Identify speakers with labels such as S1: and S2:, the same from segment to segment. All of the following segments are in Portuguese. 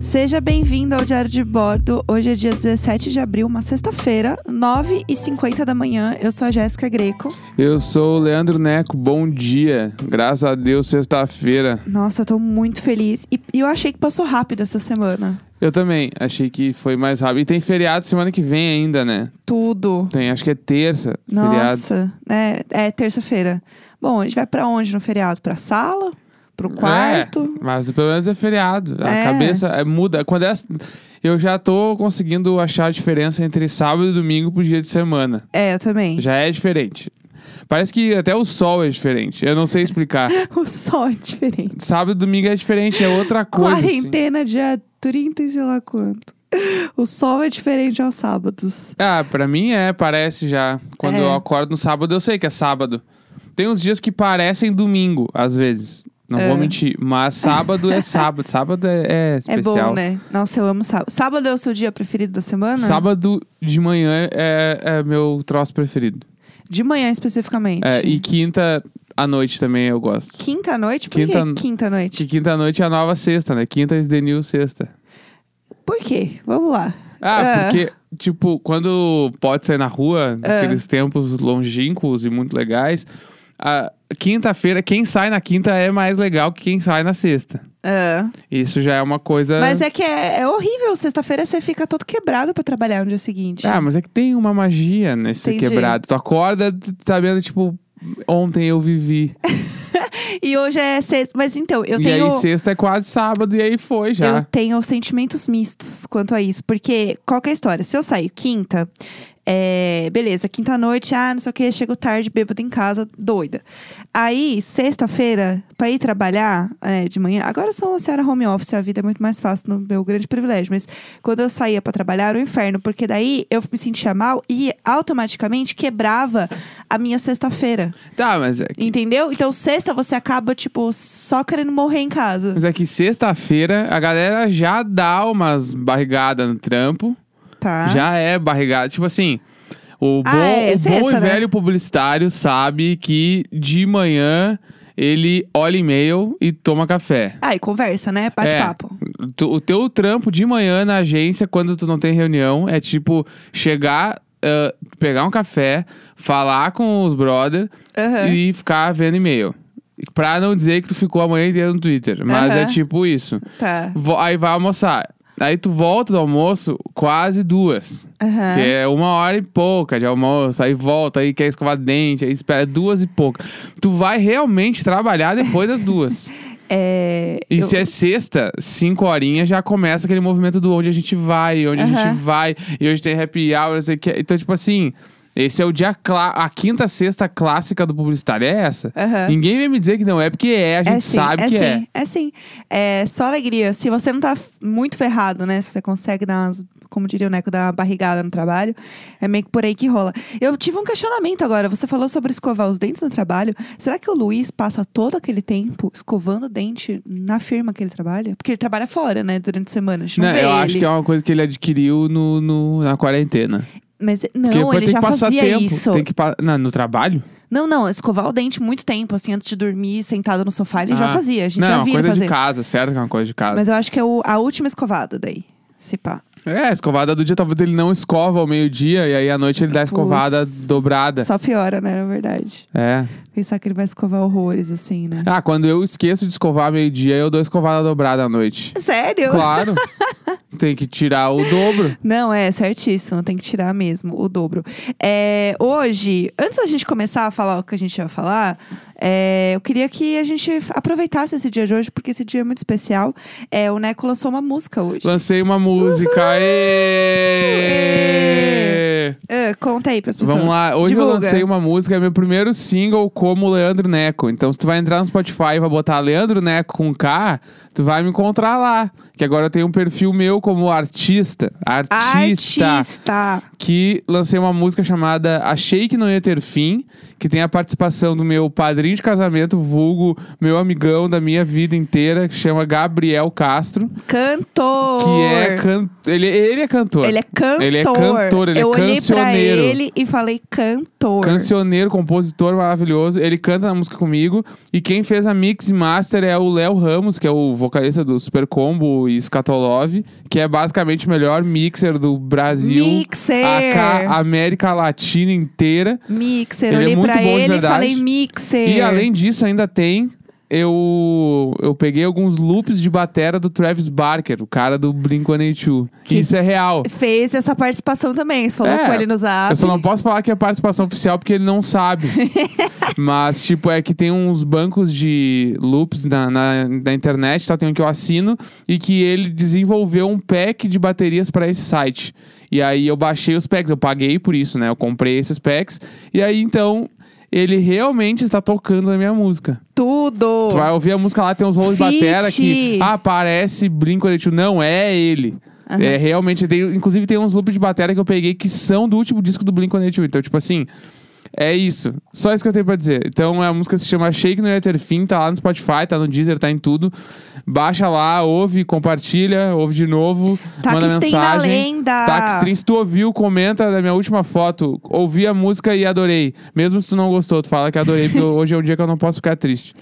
S1: Seja bem-vindo ao Diário de Bordo. Hoje é dia 17 de abril, uma sexta-feira, 9h50 da manhã. Eu sou a Jéssica Greco.
S2: Eu sou o Leandro Neco, bom dia. Graças a Deus, sexta-feira.
S1: Nossa, eu tô muito feliz. E, e eu achei que passou rápido essa semana.
S2: Eu também, achei que foi mais rápido. E tem feriado semana que vem ainda, né?
S1: Tudo.
S2: Tem, acho que é terça. Feriado.
S1: Nossa, né? É terça-feira. Bom, a gente vai pra onde no feriado? Pra sala? Pro quarto?
S2: É, mas pelo menos é feriado. A
S1: É.
S2: cabeça é, muda. Quando é, eu já tô conseguindo achar a diferença entre sábado e domingo pro dia de semana.
S1: É, eu também.
S2: Já é diferente. Parece que até o sol é diferente. Eu não sei explicar.
S1: O sol é diferente.
S2: sábado e domingo é diferente, é outra coisa. assim.
S1: Quarentena dia 30 e sei lá quanto. O sol é diferente aos sábados.
S2: Ah, pra mim é, parece já. Quando
S1: É.
S2: eu acordo no sábado, eu sei que é sábado. Tem uns dias que parecem domingo, às vezes. Não vou mentir. Mas sábado é sábado. Sábado é, é
S1: É
S2: especial.
S1: bom, né? Nossa, eu amo sábado. Sábado é o seu dia preferido da semana?
S2: Sábado de manhã é, é meu troço preferido.
S1: De manhã, especificamente.
S2: É, e quinta à noite também eu gosto.
S1: Quinta à noite? Por
S2: Quinta-
S1: que quinta à noite?
S2: Que quinta à noite é a nova sexta, né? Quinta é The New Sexta.
S1: Por quê? Vamos lá.
S2: Ah,
S1: Ah.
S2: porque, tipo, quando pode sair na
S1: É.
S2: rua, naqueles tempos longínquos e muito legais, a quinta-feira, quem sai na quinta é mais legal que quem sai na sexta.
S1: É.
S2: Isso já é uma coisa.
S1: Mas é que é, é horrível. Sexta-feira você fica todo quebrado pra trabalhar no dia seguinte.
S2: Ah, mas é que tem uma magia nesse
S1: Entendi.
S2: quebrado. Tu acorda t- sabendo, tipo, ontem eu vivi.
S1: E hoje é sexta. Mas então, eu
S2: e
S1: tenho.
S2: aí sexta é quase sábado, e aí foi já.
S1: Eu tenho sentimentos mistos quanto a isso. Porque, qual que é a história? Se eu saio quinta, é, beleza, quinta-noite, ah, não sei o que, chego tarde, bêbado em casa, doida. Aí, sexta-feira, pra ir trabalhar é, de manhã, agora eu sou uma senhora home office, a vida é muito mais fácil, no meu grande privilégio. Mas quando eu saía pra trabalhar, era um inferno, porque daí eu me sentia mal e automaticamente quebrava a minha sexta-feira.
S2: Tá, mas é que,
S1: Entendeu? Então, sexta você acaba, tipo, só querendo morrer em casa.
S2: mas é que sexta-feira a galera já dá umas barrigadas no trampo.
S1: Tá.
S2: Já é barrigada. Tipo assim, o bom,
S1: Ah, é,
S2: o
S1: sexta,
S2: bom e
S1: né?
S2: velho publicitário sabe que de manhã ele olha e-mail e toma café.
S1: Ah, e conversa, né? Bate
S2: É.
S1: papo.
S2: Tu- o teu trampo de manhã na agência, quando tu não tem reunião, é tipo chegar, ah, pegar um café, falar com os brother
S1: Aham.
S2: e ficar vendo e-mail. Pra não dizer que tu ficou a manhã inteira no Twitter. Mas
S1: Aham.
S2: é tipo isso.
S1: Tá.
S2: Vo- Aí vai almoçar. Aí tu volta do almoço quase duas.
S1: Aham.
S2: Que é uma hora e pouca de almoço, aí volta, aí quer escovar dente, aí espera duas e pouca. Tu vai realmente trabalhar depois das duas.
S1: É,
S2: E
S1: eu-
S2: se é sexta, cinco horinhas, já começa aquele movimento do onde a gente vai, onde a
S1: Aham.
S2: gente vai, e hoje tem happy hour, não sei o que. Então, tipo assim, esse é o dia clá- A quinta, sexta clássica do publicitário é essa.
S1: Aham.
S2: Ninguém vem me dizer que não é, porque é, a gente
S1: é sim,
S2: sabe
S1: é
S2: que
S1: sim,
S2: é.
S1: é sim. É só alegria. Se você não tá f- muito ferrado, né? Se você consegue dar umas, como diria o Neco, dar uma barrigada no trabalho, é meio que por aí que rola. Eu tive um questionamento agora. Você falou sobre escovar os dentes no trabalho. Será que o Luiz passa todo aquele tempo escovando o dente na firma que ele trabalha? Porque ele trabalha fora, né? Durante a semana. A gente não,
S2: Não,
S1: vê
S2: eu
S1: ele.
S2: acho que é uma coisa que ele adquiriu no, no- na quarentena.
S1: Mas
S2: Porque
S1: não,
S2: depois
S1: ele
S2: tem
S1: já
S2: que passar
S1: fazia
S2: tempo.
S1: isso.
S2: Tem que pa- na- no trabalho?
S1: Não, não, escovar o dente muito tempo, assim, antes de dormir, sentado no sofá, ele já
S2: Ah.
S1: fazia. A gente
S2: não, é
S1: já
S2: uma
S1: via ele
S2: coisa
S1: fazer.
S2: de casa, certo que é uma coisa de casa.
S1: Mas eu acho que é o- a última escovada daí. Se pá.
S2: É, a escovada do dia, talvez ele não escova ao meio-dia e aí à noite ele dá a escovada
S1: Putz.
S2: dobrada.
S1: Só piora, né, na verdade.
S2: É.
S1: Pensar que ele vai escovar horrores, assim, né?
S2: Ah, quando eu esqueço de escovar ao meio-dia, eu dou a escovada dobrada à noite.
S1: Sério?
S2: Claro. Tem que tirar o dobro.
S1: Não, é certíssimo, tem que tirar mesmo o dobro. É, hoje, antes da gente começar a falar o que a gente ia falar, é, eu queria que a gente aproveitasse esse dia de hoje, porque esse dia é muito especial. É, o Neco lançou uma música hoje.
S2: Lancei uma música. Ê!
S1: Ah, conta aí pras pessoas.
S2: Vamos lá, hoje
S1: Divulga.
S2: eu lancei uma música, é meu primeiro single como Leandro Neco. Então, se tu vai entrar no Spotify e vai botar Leandro Neco com K, tu vai me encontrar lá. Que agora eu tenho um perfil meu como artista. Artista.
S1: Artista.
S2: que lancei uma música chamada Achei Que Não Ia Ter Fim, que tem a participação do meu padrinho de casamento, vulgo, meu amigão da minha vida inteira, que se chama Gabriel Castro,
S1: Cantor.
S2: que é cantor. Ele, ele é cantor.
S1: Ele é cantor.
S2: Ele é cantor, ele é
S1: Eu olhei pra
S2: cancioneiro.
S1: ele e falei cantor.
S2: Cancioneiro, compositor maravilhoso. Ele canta na música comigo. E quem fez a mix e master é o Léo Ramos, que é o vocalista do Super Combo e Skatolov, que é basicamente o melhor mixer do Brasil.
S1: Mixer!
S2: AK América Latina inteira.
S1: Mixer,
S2: Ele é
S1: olhei
S2: muito
S1: pra
S2: bom, de
S1: ele e
S2: verdade.
S1: falei mixer.
S2: E além disso, ainda tem. Eu, eu peguei alguns loops de batera do Travis Barker, o cara do Blink-182.
S1: Que-
S2: Isso é real.
S1: Fez essa participação também. Você falou
S2: É,
S1: com ele no zap.
S2: Eu só não posso falar que é participação oficial porque ele não sabe. Mas, tipo, é que tem uns bancos de loops na, na, na internet, tá? tem um que eu assino, e que ele desenvolveu um pack de baterias pra esse site. E aí eu baixei os packs, eu paguei por isso, né? Eu comprei esses packs. E aí então. Ele realmente está tocando na minha música.
S1: Tudo.
S2: Tu vai ouvir a música lá, tem uns rolos de
S1: Fit.
S2: batera que. Ah, parece brinco de Não, é ele.
S1: Aham.
S2: É, realmente, tem, inclusive tem uns loops de bateria que eu peguei que são do último disco do Blink-182. Então, tipo assim, é isso. Só isso que eu tenho pra dizer. Então, a música se chama Shake No Ia Ter Fim, tá lá no Spotify, tá no Deezer, tá em tudo. Baixa lá, ouve, compartilha, ouve de novo, manda
S1: Tax tem na
S2: mensagem.
S1: lenda.
S2: Tax Trin, se tu ouviu, comenta da minha última foto. Ouvi a música e adorei. Mesmo se tu não gostou, tu fala que adorei, porque hoje é um dia que eu não posso ficar triste.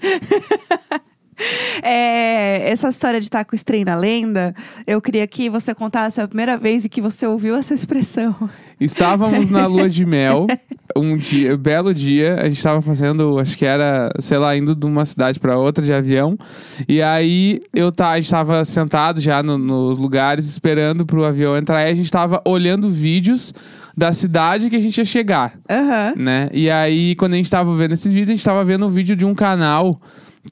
S1: É, essa história de Taco Trem na lenda, eu queria que você contasse a primeira vez em que você ouviu essa expressão.
S2: Estávamos na lua de mel, um dia, belo dia. A gente estava fazendo, acho que era, sei lá, indo de uma cidade para outra de avião. E aí eu tá, a gente estava sentado já no- nos lugares esperando pro avião entrar. E a gente estava olhando vídeos da cidade que a gente ia chegar
S1: Aham.
S2: né? E aí, quando a gente tava vendo esses vídeos, a gente tava vendo um vídeo de um canal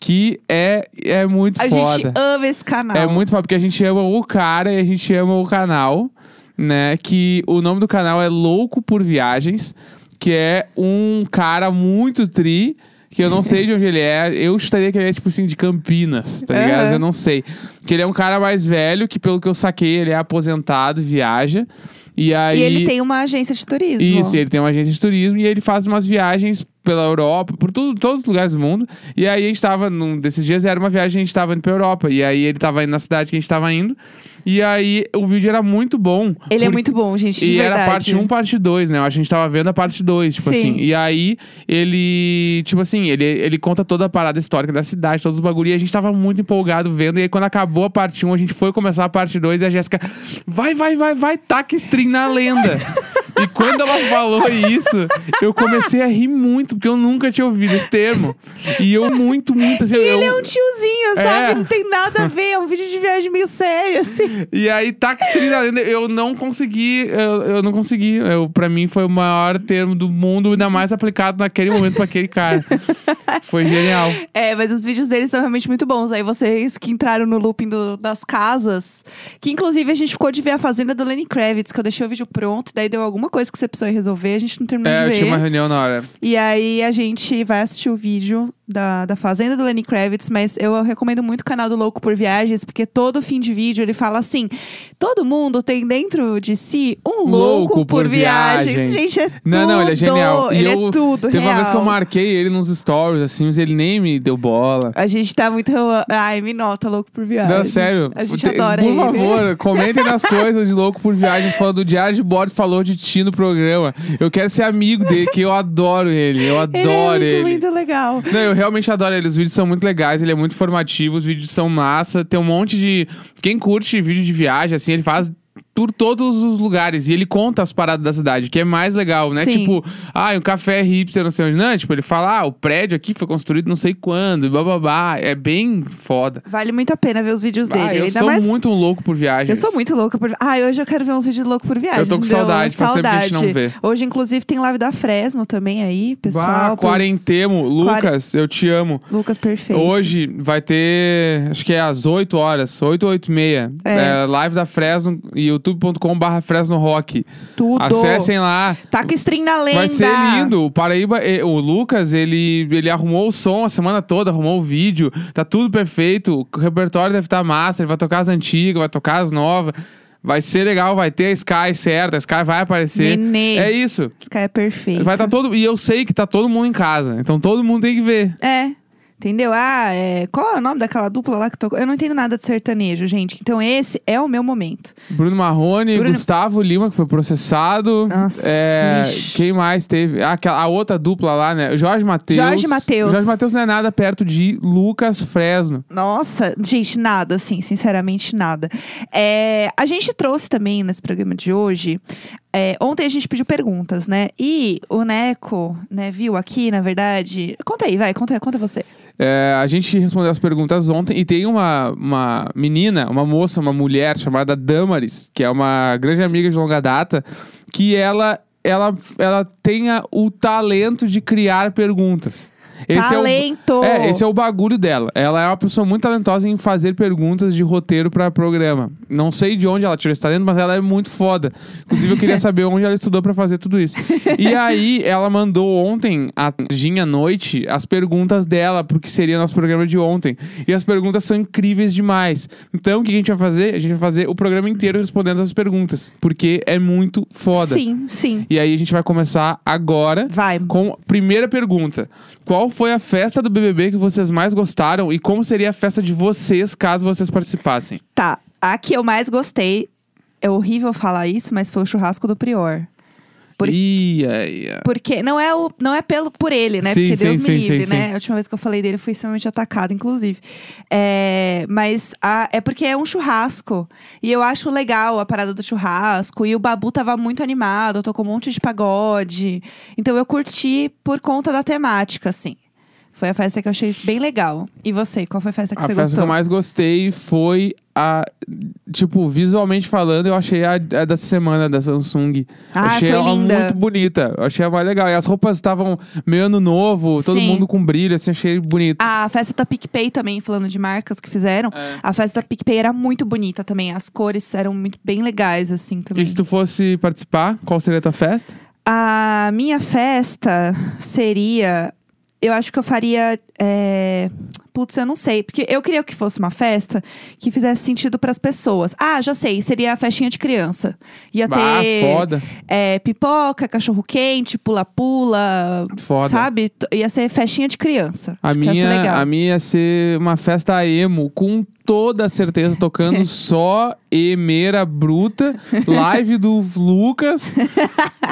S2: que é, é muito
S1: A
S2: foda.
S1: gente ama esse canal.
S2: É muito foda, porque a gente ama o cara e a gente ama o canal, né? Que o nome do canal é Louco por Viagens, que é um cara muito tri, que eu não sei de onde ele é. Eu chutaria que ele é, tipo assim, de Campinas, tá ligado?
S1: Aham.
S2: Eu não sei. Que ele é um cara mais velho, que pelo que eu saquei, ele é aposentado, viaja. E aí.
S1: E ele tem uma agência de turismo.
S2: Isso, ele tem uma agência de turismo e ele faz umas viagens pela Europa, por tudo, todos os lugares do mundo. E aí a gente tava, num desses dias era uma viagem, a gente tava indo pra Europa. E aí ele tava indo na cidade que a gente tava indo. E aí o vídeo era muito bom.
S1: Ele é
S2: porque-
S1: muito bom, gente. de
S2: e era
S1: verdade.
S2: parte 1, parte 2, né? Eu acho que a gente tava vendo a parte 2, tipo
S1: Sim.
S2: assim. E aí, ele, tipo assim, ele, ele conta toda a parada histórica da cidade, todos os bagulho. E a gente tava muito empolgado vendo. E aí, quando acabou a parte 1, a gente foi começar a parte 2 e a Jéssica, vai, vai, vai, vai, taca string na lenda. e quando ela falou isso, eu comecei a rir muito, porque eu nunca tinha ouvido esse termo. E eu muito, muito, assim,
S1: E
S2: eu,
S1: ele é um tiozinho,
S2: É.
S1: sabe? Não tem nada a ver. É um vídeo de viagem meio sério, assim.
S2: E aí, Tax Tree da Lenda, eu não consegui, eu, eu não consegui. Eu, pra mim foi o maior termo do mundo, ainda mais aplicado naquele momento pra aquele cara. foi genial.
S1: É, mas os vídeos deles são realmente muito bons. Aí vocês que entraram no looping do- das casas, que inclusive a gente ficou de ver a fazenda do Lenny Kravitz, que eu deixei o vídeo pronto, daí deu alguma coisa que você precisou resolver, a gente não terminou
S2: É, eu
S1: de ver.
S2: tinha uma reunião na hora.
S1: E aí a gente vai assistir o vídeo da, da Fazenda do Lenny Kravitz, mas eu recomendo muito o canal do Louco por Viagens, porque todo fim de vídeo ele fala assim: todo mundo tem dentro de si um louco,
S2: Louco por viagens.
S1: Gente, é tudo.
S2: Não, não, ele é genial. E
S1: Ele
S2: eu-
S1: é tudo,
S2: Teve uma vez que eu
S1: real.
S2: marquei ele nos stories, assim, mas ele nem me deu bola.
S1: A gente tá muito. Ai, me nota, louco por viagem.
S2: Não, sério.
S1: É, A gente
S2: Te-
S1: adora
S2: Por
S1: ele.
S2: favor, comentem nas coisas de louco por viagem, falando do Diário de Bordo, falou de ti no programa. Eu quero ser amigo dele, que eu adoro ele. Eu
S1: Ele
S2: adoro
S1: é
S2: ele.
S1: muito, muito legal.
S2: Não, eu realmente adoro ele. Os vídeos são muito legais, ele é muito informativo, os vídeos são massa. Tem um monte de. Quem curte vídeo de viagem, assim, ele faz. Por todos os lugares. E ele conta as paradas da cidade, que é mais legal, né?
S1: Sim.
S2: Tipo, ah, um café hipster, não sei onde. Não, tipo, ele fala, ah, o prédio aqui foi construído não sei quando, e bababá. É bem foda.
S1: Vale muito a pena ver os vídeos dele.
S2: Ah, eu
S1: Ainda
S2: sou
S1: mais...
S2: muito louco por viagem.
S1: Eu sou muito louca por. Ah, hoje eu quero ver uns vídeos loucos por viagem.
S2: É Eu tô com
S1: Deu
S2: saudade, faz tempo que a gente não vê.
S1: Hoje, inclusive, tem live da Fresno também aí, pessoal.
S2: Bah,
S1: pros-
S2: quarentemo. Lucas, eu te amo.
S1: Lucas Perfeito.
S2: Hoje vai ter, acho que é às 8 horas, 8 ou 8 e meia.
S1: É.
S2: É, live da Fresno, youtube.com.br Fresno Rock.
S1: Tudo.
S2: Acessem lá.
S1: Taca stream na lenda.
S2: Vai ser lindo. O Paraíba, eh, o Lucas, ele, ele arrumou o som a semana toda, arrumou o vídeo. Tá tudo perfeito. O repertório deve estar massa. Ele vai tocar as antigas, vai tocar as novas. Vai ser legal, vai ter a Sky certa, a Sky vai aparecer.
S1: Nenê.
S2: É isso.
S1: Esse cara é perfeito.
S2: tá Vai tá todo, e eu sei que tá todo mundo em casa. Então todo mundo tem que ver.
S1: É. Entendeu? Ah, é, qual é o nome daquela dupla lá que tocou? Eu não entendo nada de sertanejo, gente. Então esse é o meu momento.
S2: Bruno Marrone,
S1: Bruno-
S2: Gustavo Lima, que foi processado.
S1: Nossa,
S2: É,
S1: ixi.
S2: quem mais teve? Ah, aquela, a outra dupla lá, né? Jorge Matheus.
S1: Jorge Mateus.
S2: Jorge Matheus não é nada perto de Lucas Fresno.
S1: Nossa, gente, nada, assim, sinceramente nada. É, a gente trouxe também nesse programa de hoje. é, ontem a gente pediu perguntas, né? E o Neco, né, viu aqui, na verdade. Conta aí, vai, conta, conta você.
S2: É, a gente respondeu as perguntas ontem e tem uma, uma menina, uma moça, uma mulher chamada Damaris, que é uma grande amiga de longa data, que ela, ela, ela tenha o talento de criar perguntas. é o-
S1: Talento!
S2: É, esse é o bagulho dela. Ela é uma pessoa muito talentosa em fazer perguntas de roteiro pra programa. Não sei de onde ela tirou esse talento, mas ela é muito foda. Inclusive, eu queria saber onde ela estudou pra fazer tudo isso. E aí, ela mandou ontem, à tardinha à noite, as perguntas dela, porque seria nosso programa de ontem. E as perguntas são incríveis demais. Então, o que a gente vai fazer? A gente vai fazer o programa inteiro respondendo essas perguntas, porque é muito foda.
S1: Sim, sim.
S2: E aí, a gente vai começar agora
S1: Vai.
S2: com a primeira pergunta. Qual foi a festa do BBB que vocês mais gostaram e como seria a festa de vocês caso vocês participassem?
S1: Tá. A que eu mais gostei. É horrível falar isso, mas foi o churrasco do Prior. Por-
S2: Ia, ia.
S1: Porque não é, o, não é pelo, por ele, né?
S2: Sim,
S1: Porque Deus
S2: sim,
S1: me
S2: sim,
S1: livre,
S2: sim,
S1: né?
S2: sim.
S1: A última vez que eu falei dele foi extremamente atacado, inclusive. É, mas a- é porque é um churrasco. E eu acho legal a parada do churrasco. E o Babu tava muito animado, tocou um monte de pagode. Então eu curti por conta da temática, assim. Foi a festa que eu achei bem legal. E você, qual foi a festa que
S2: a
S1: você
S2: festa que eu
S1: gostou?
S2: mais gostei foi a. Tipo, visualmente falando, eu achei a, a dessa semana da Samsung.
S1: Ah,
S2: achei
S1: foi
S2: ela
S1: linda.
S2: muito bonita. Eu Achei a mais legal. E as roupas estavam meio ano novo, todo
S1: Sim. Ah,
S2: mundo com brilho, assim, achei bonito.
S1: A festa da PicPay também, falando de marcas que fizeram.
S2: É.
S1: A festa da PicPay era muito bonita também. As cores eram muito, bem legais, assim, também.
S2: E se tu fosse participar, qual seria a tua festa?
S1: A minha festa seria. Eu acho que eu faria. é, Putz, eu não sei. Porque eu queria que fosse uma festa que fizesse sentido pras pessoas. Ah, já sei. Seria a festinha de criança. Ia
S2: Ah,
S1: ter
S2: foda.
S1: é, pipoca, cachorro-quente, pula-pula.
S2: Foda.
S1: Sabe? T- Ia ser festinha de criança.
S2: A
S1: Acho que ia ser legal.
S2: minha, a minha ia ser uma festa emo, com toda certeza, tocando só Emeira Bruta, live do Lucas.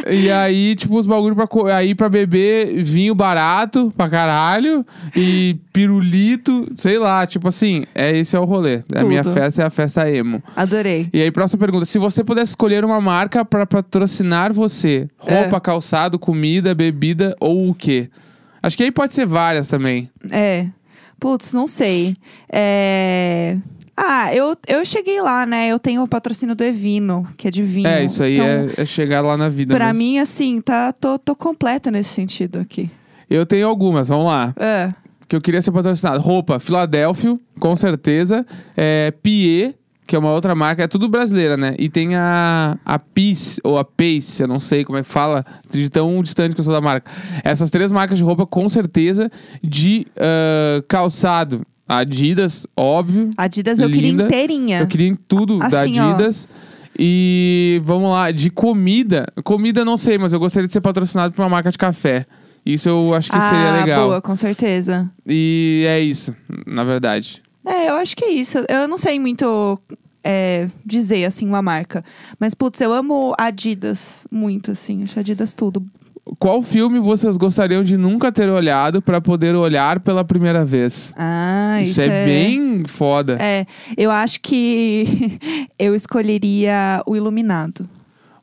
S2: e aí, tipo, os bagulho pra, co- aí pra beber vinho barato pra caralho e pirulito, sei lá, tipo assim, é esse é o rolê. A minha
S1: Tudo.
S2: festa é a festa emo.
S1: Adorei.
S2: E aí, próxima pergunta. Se você pudesse escolher uma marca pra patrocinar você,
S1: É.
S2: roupa, calçado, comida, bebida ou o quê? Acho que aí pode ser várias também.
S1: É. Putz, não sei. É... Ah, eu, eu cheguei lá, né? Eu tenho o patrocínio do Evino, que é de vinho.
S2: É, isso aí
S1: Então,
S2: é, é chegar lá na vida.
S1: Pra
S2: mesmo.
S1: mim, assim, tá, tô, tô completa nesse sentido aqui.
S2: Eu tenho algumas, vamos lá.
S1: É.
S2: Que eu queria ser patrocinado. Roupa, Filadélfio, com certeza. É, Pie, que é uma outra marca. É tudo brasileira, né? E tem a, a Peace, ou a Pace, eu não sei como é que fala, de tão distante que eu sou da marca. Essas três marcas de roupa, com certeza, de ah, calçado. Adidas, óbvio.
S1: Adidas eu
S2: Linda.
S1: queria inteirinha.
S2: Eu queria em tudo da
S1: Assim, ó.
S2: Adidas. E vamos lá, de comida. Comida eu não sei, mas eu gostaria de ser patrocinado por uma marca de café. Isso eu acho que
S1: ah,
S2: seria legal.
S1: boa, com certeza.
S2: E é isso, na verdade.
S1: É, eu acho que é isso. Eu não sei muito é, dizer, assim, uma marca. Mas, putz, eu amo Adidas muito, assim. Acho Adidas tudo.
S2: Qual filme vocês gostariam de nunca ter olhado pra poder olhar pela primeira vez?
S1: Ah, isso,
S2: é, bem foda.
S1: É, eu acho que eu escolheria o Iluminado.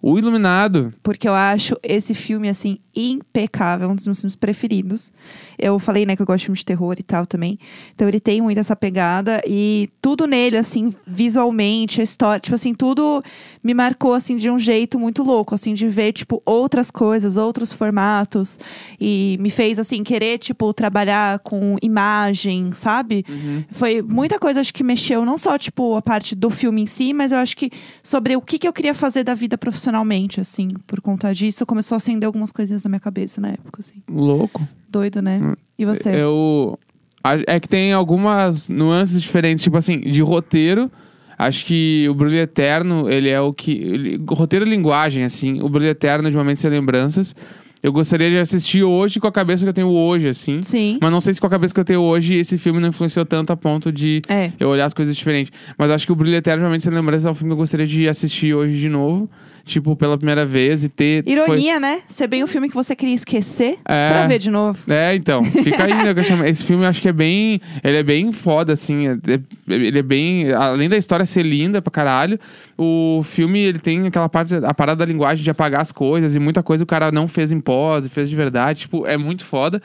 S2: O Iluminado.
S1: Porque eu acho esse filme, assim, impecável. Um dos meus filmes preferidos. Eu falei, né, que eu gosto de filme de terror e tal também. Então ele tem muito essa pegada. E tudo nele, assim, visualmente, a história... Tipo assim, tudo me marcou, assim, de um jeito muito louco. Assim, de ver, tipo, outras coisas, outros formatos. E me fez, assim, querer, tipo, trabalhar com imagem, sabe? Foi muita coisa, acho que mexeu. Não só, tipo, a parte do filme em si. Mas eu acho que sobre o que, que eu queria fazer da vida profissionalmente, assim. Por conta disso, começou a acender algumas coisinhas na minha cabeça na época, assim.
S2: Louco.
S1: Doido, né? E você?
S2: Hum, Eu. a- É que tem algumas nuances diferentes, tipo assim, de roteiro. Acho que o Brilho Eterno, ele é o que. ele- roteiro e linguagem, assim. O Brilho Eterno de Momentos e Lembranças. Eu gostaria de assistir hoje com a cabeça que eu tenho hoje, assim.
S1: Sim.
S2: Mas não sei se com a cabeça que eu tenho hoje esse filme não influenciou tanto a ponto de
S1: É.
S2: eu olhar as coisas diferentes. Mas acho que o Brilho Eterno, realmente, se lembrança, é um filme que eu gostaria de assistir hoje de novo. Tipo, pela primeira vez e ter. foi-
S1: Ironia, né? Ser bem o filme que você queria esquecer
S2: Hum. É.
S1: pra ver de novo.
S2: É, então, fica aí, né? que eu chamo- Esse filme eu acho que é bem. Ele é bem foda, assim. é- é- Ele é bem. Além da história ser linda pra caralho, o filme ele tem aquela parte, a parada da linguagem de apagar as coisas, e muita coisa o cara não fez em pós, e fez de verdade. Tipo, é muito foda.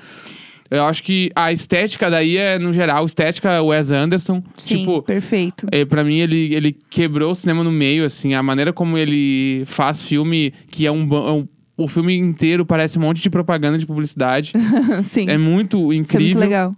S2: Eu acho que a estética daí é, no geral, estética Wes Anderson.
S1: Sim,
S2: Tipo,
S1: perfeito.
S2: é, para mim, ele, ele quebrou o cinema no meio, assim. A maneira como ele faz filme, que é um... ba- é um- o filme inteiro parece um monte de propaganda de publicidade.
S1: Sim.
S2: É muito
S1: Isso é muito
S2: incrível.
S1: legal.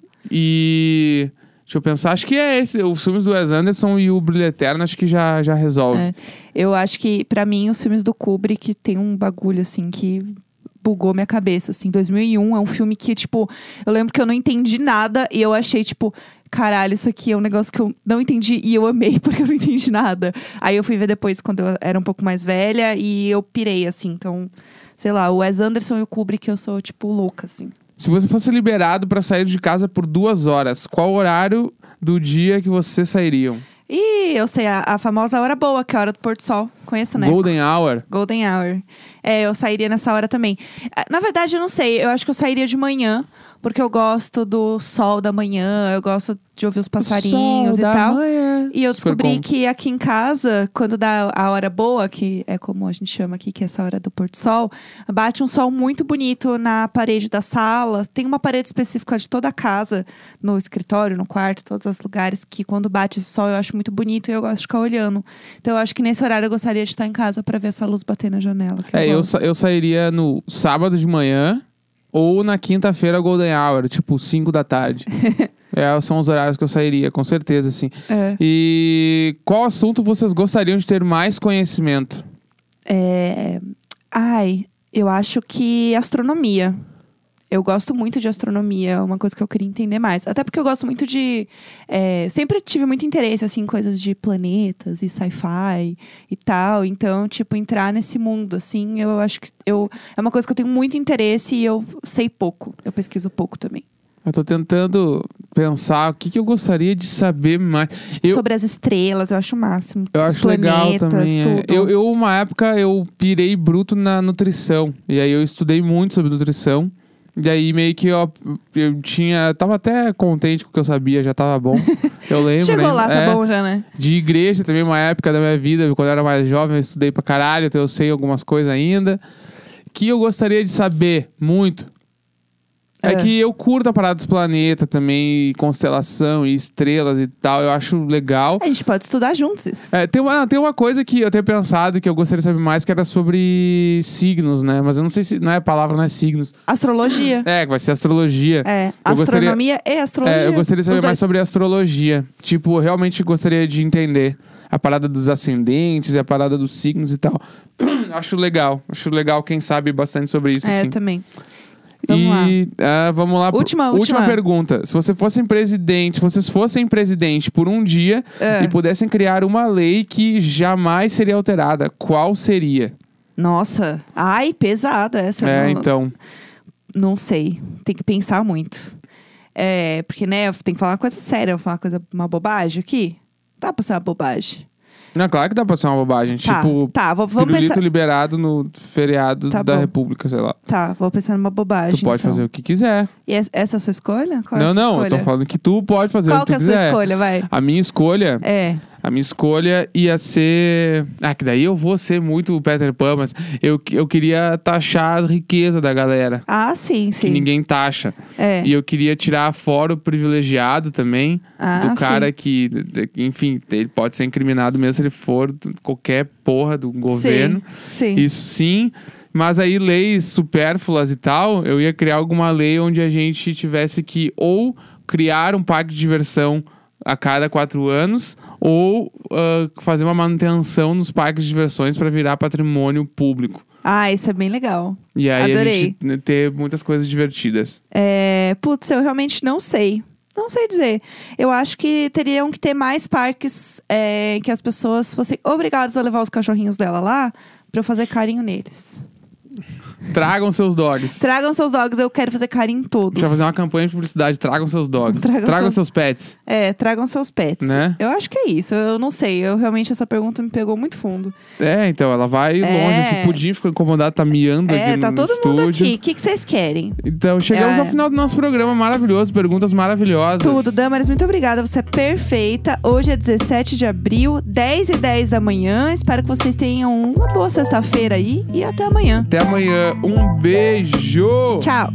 S2: E... Deixa eu pensar. Acho que é esse. Os filmes do Wes Anderson e o Brilho Eterno, acho que já, já resolve.
S1: É. Eu acho que, pra mim, os filmes do Kubrick tem um bagulho, assim, que bugou minha cabeça, assim. 2001 é um filme que, tipo, eu lembro que eu não entendi nada e eu achei, tipo, caralho, isso aqui é um negócio que eu não entendi e eu amei porque eu não entendi nada. Aí eu fui ver depois, quando eu era um pouco mais velha, e eu pirei, assim. Então, sei lá, o Wes Anderson e o Kubrick, eu sou, tipo, louca, assim.
S2: Se você fosse liberado pra sair de casa por duas horas, qual horário do dia que vocês sairiam?
S1: E eu sei, a, a famosa hora boa, que é a hora do pôr do sol. Conheço, né?
S2: Golden Hour?
S1: Golden Hour. É, eu sairia nessa hora também. Ah, Na verdade, eu não sei. Eu acho que eu sairia de manhã, porque eu gosto do sol da manhã, eu gosto de ouvir os passarinhos
S2: Sol
S1: e
S2: da
S1: tal.
S2: manhã.
S1: E eu
S2: Super
S1: descobri
S2: bom.
S1: que aqui em casa, quando dá a hora boa, que é como a gente chama aqui, que é essa hora do pôr do sol, bate um sol muito bonito na parede da sala. Tem uma parede específica de toda a casa, no escritório, no quarto, todos os lugares, que quando bate esse sol eu acho muito bonito e eu gosto de ficar olhando. Então eu acho que nesse horário eu gostaria de estar em casa para ver essa luz bater na janela. que
S2: É, eu,
S1: gosto.
S2: sa- eu sairia no sábado de manhã ou na quinta-feira Golden Hour, tipo 5 da tarde. é, são os horários que eu sairia, com certeza, assim.
S1: É.
S2: E qual assunto vocês gostariam de ter mais conhecimento?
S1: É, Ai, eu acho que astronomia. Eu gosto muito de astronomia, é uma coisa que eu queria entender mais. Até porque eu gosto muito de. é, sempre tive muito interesse, assim, em coisas de planetas e sci-fi e tal. Então, tipo, entrar nesse mundo, assim, eu acho que. Eu, é uma coisa que eu tenho muito interesse e eu sei pouco. Eu pesquiso pouco também.
S2: Eu tô tentando pensar o que, que eu gostaria de saber mais. Eu,
S1: Sobre as estrelas, eu acho o máximo.
S2: eu
S1: Os
S2: acho legal
S1: planetas,
S2: também. é.
S1: Tudo.
S2: Eu, eu, uma época, eu pirei bruto na nutrição. E aí eu estudei muito sobre nutrição. E aí meio que eu, eu tinha. Tava até contente com o que eu sabia, já tava bom. Eu lembro.
S1: Chegou
S2: né?
S1: lá, tá
S2: É.
S1: bom já, né?
S2: De igreja também, uma época da minha vida, quando eu era mais jovem, eu estudei pra caralho, então eu sei algumas coisas ainda. Que eu gostaria de saber muito. É,
S1: É.
S2: que eu curto a parada dos planetas também, e constelação e estrelas e tal, eu acho legal.
S1: A gente pode estudar juntos isso.
S2: É, tem, uma, ah, tem uma coisa que eu tenho pensado que eu gostaria de saber mais, que era sobre signos, né? Mas eu não sei se. Não é palavra, não é signos.
S1: Astrologia.
S2: É, que vai ser astrologia.
S1: É,
S2: Eu gostaria-
S1: astronomia e astrologia.
S2: É, eu gostaria de saber
S1: Os
S2: mais
S1: dois.
S2: sobre astrologia. Tipo, eu realmente gostaria de entender a parada dos ascendentes e a parada dos signos e tal. acho legal. Acho legal quem sabe bastante sobre isso,
S1: É,
S2: sim.
S1: eu também.
S2: e ah, vamos lá. pro-
S1: Última, última.
S2: pergunta. Se você fossem presidente, vocês fossem presidente por um dia
S1: É.
S2: e pudessem criar uma lei que jamais seria alterada, qual seria?
S1: Nossa, ai, pesada essa.
S2: é,
S1: não,
S2: então.
S1: não sei, tem que pensar muito. É, porque, né, tem que falar uma coisa séria, eu vou falar uma coisa, uma bobagem aqui. Dá pra ser uma bobagem.
S2: Não, claro que dá pra ser uma bobagem.
S1: Tá,
S2: tipo,
S1: tá, vou- vamos
S2: pirulito
S1: pensar.
S2: liberado no feriado
S1: Tá
S2: da
S1: bom.
S2: República, sei lá.
S1: Tá, vou pensar numa bobagem.
S2: Tu pode
S1: então.
S2: fazer o que quiser.
S1: E es- essa é a sua escolha? Qual é a sua
S2: não, não,
S1: escolha?
S2: eu tô falando que tu pode fazer
S1: Qual
S2: o que
S1: que
S2: tu
S1: é a sua
S2: quiser.
S1: escolha, vai?
S2: A minha escolha,
S1: É,
S2: a minha escolha ia ser. Ah, que daí eu vou ser muito o Peter Pan, mas eu, eu queria taxar a riqueza da galera.
S1: ah, sim,
S2: Que
S1: sim.
S2: ninguém taxa.
S1: É,
S2: E eu queria tirar fora o privilegiado também.
S1: ah,
S2: do cara
S1: sim.
S2: que, de- de- enfim, ele pode ser incriminado mesmo se ele for do- qualquer porra do governo.
S1: Sim, sim.
S2: Isso sim. Mas aí, leis supérfluas e tal, eu ia criar alguma lei onde a gente tivesse que ou criar um parque de diversão a cada quatro anos, ou ah, fazer uma manutenção nos parques de diversões para virar patrimônio público.
S1: Ah, isso é bem legal.
S2: E aí a
S1: Adorei.
S2: gente né, ter muitas coisas divertidas.
S1: É, putz, eu realmente não sei. Não sei dizer. Eu acho que teriam que ter mais parques é, que as pessoas fossem obrigadas a levar os cachorrinhos dela lá pra eu fazer carinho neles.
S2: Tragam seus dogs.
S1: Tragam seus dogs, eu quero fazer carinho em todos.
S2: Deixa eu fazer uma campanha de publicidade. Tragam seus dogs.
S1: Tragam
S2: Tragam,
S1: seus-
S2: seus pets.
S1: É, tragam seus pets.
S2: Né?
S1: Eu acho que é isso. Eu não sei. Eu realmente essa pergunta me pegou muito fundo.
S2: É, então, ela vai longe. Esse pudim ficou incomodado, tá miando
S1: é,
S2: aqui
S1: tá
S2: no
S1: todo
S2: estúdio.
S1: mundo aqui. O que que vocês querem?
S2: Então, chegamos
S1: É.
S2: ao final do nosso programa maravilhoso. Perguntas maravilhosas.
S1: Tudo, Damaris, muito obrigada. Você é perfeita. Hoje é 17 de abril, 10 e 10 da manhã. Espero que vocês tenham uma boa sexta-feira aí e até amanhã.
S2: Até amanhã. Um beijo.
S1: Tchau!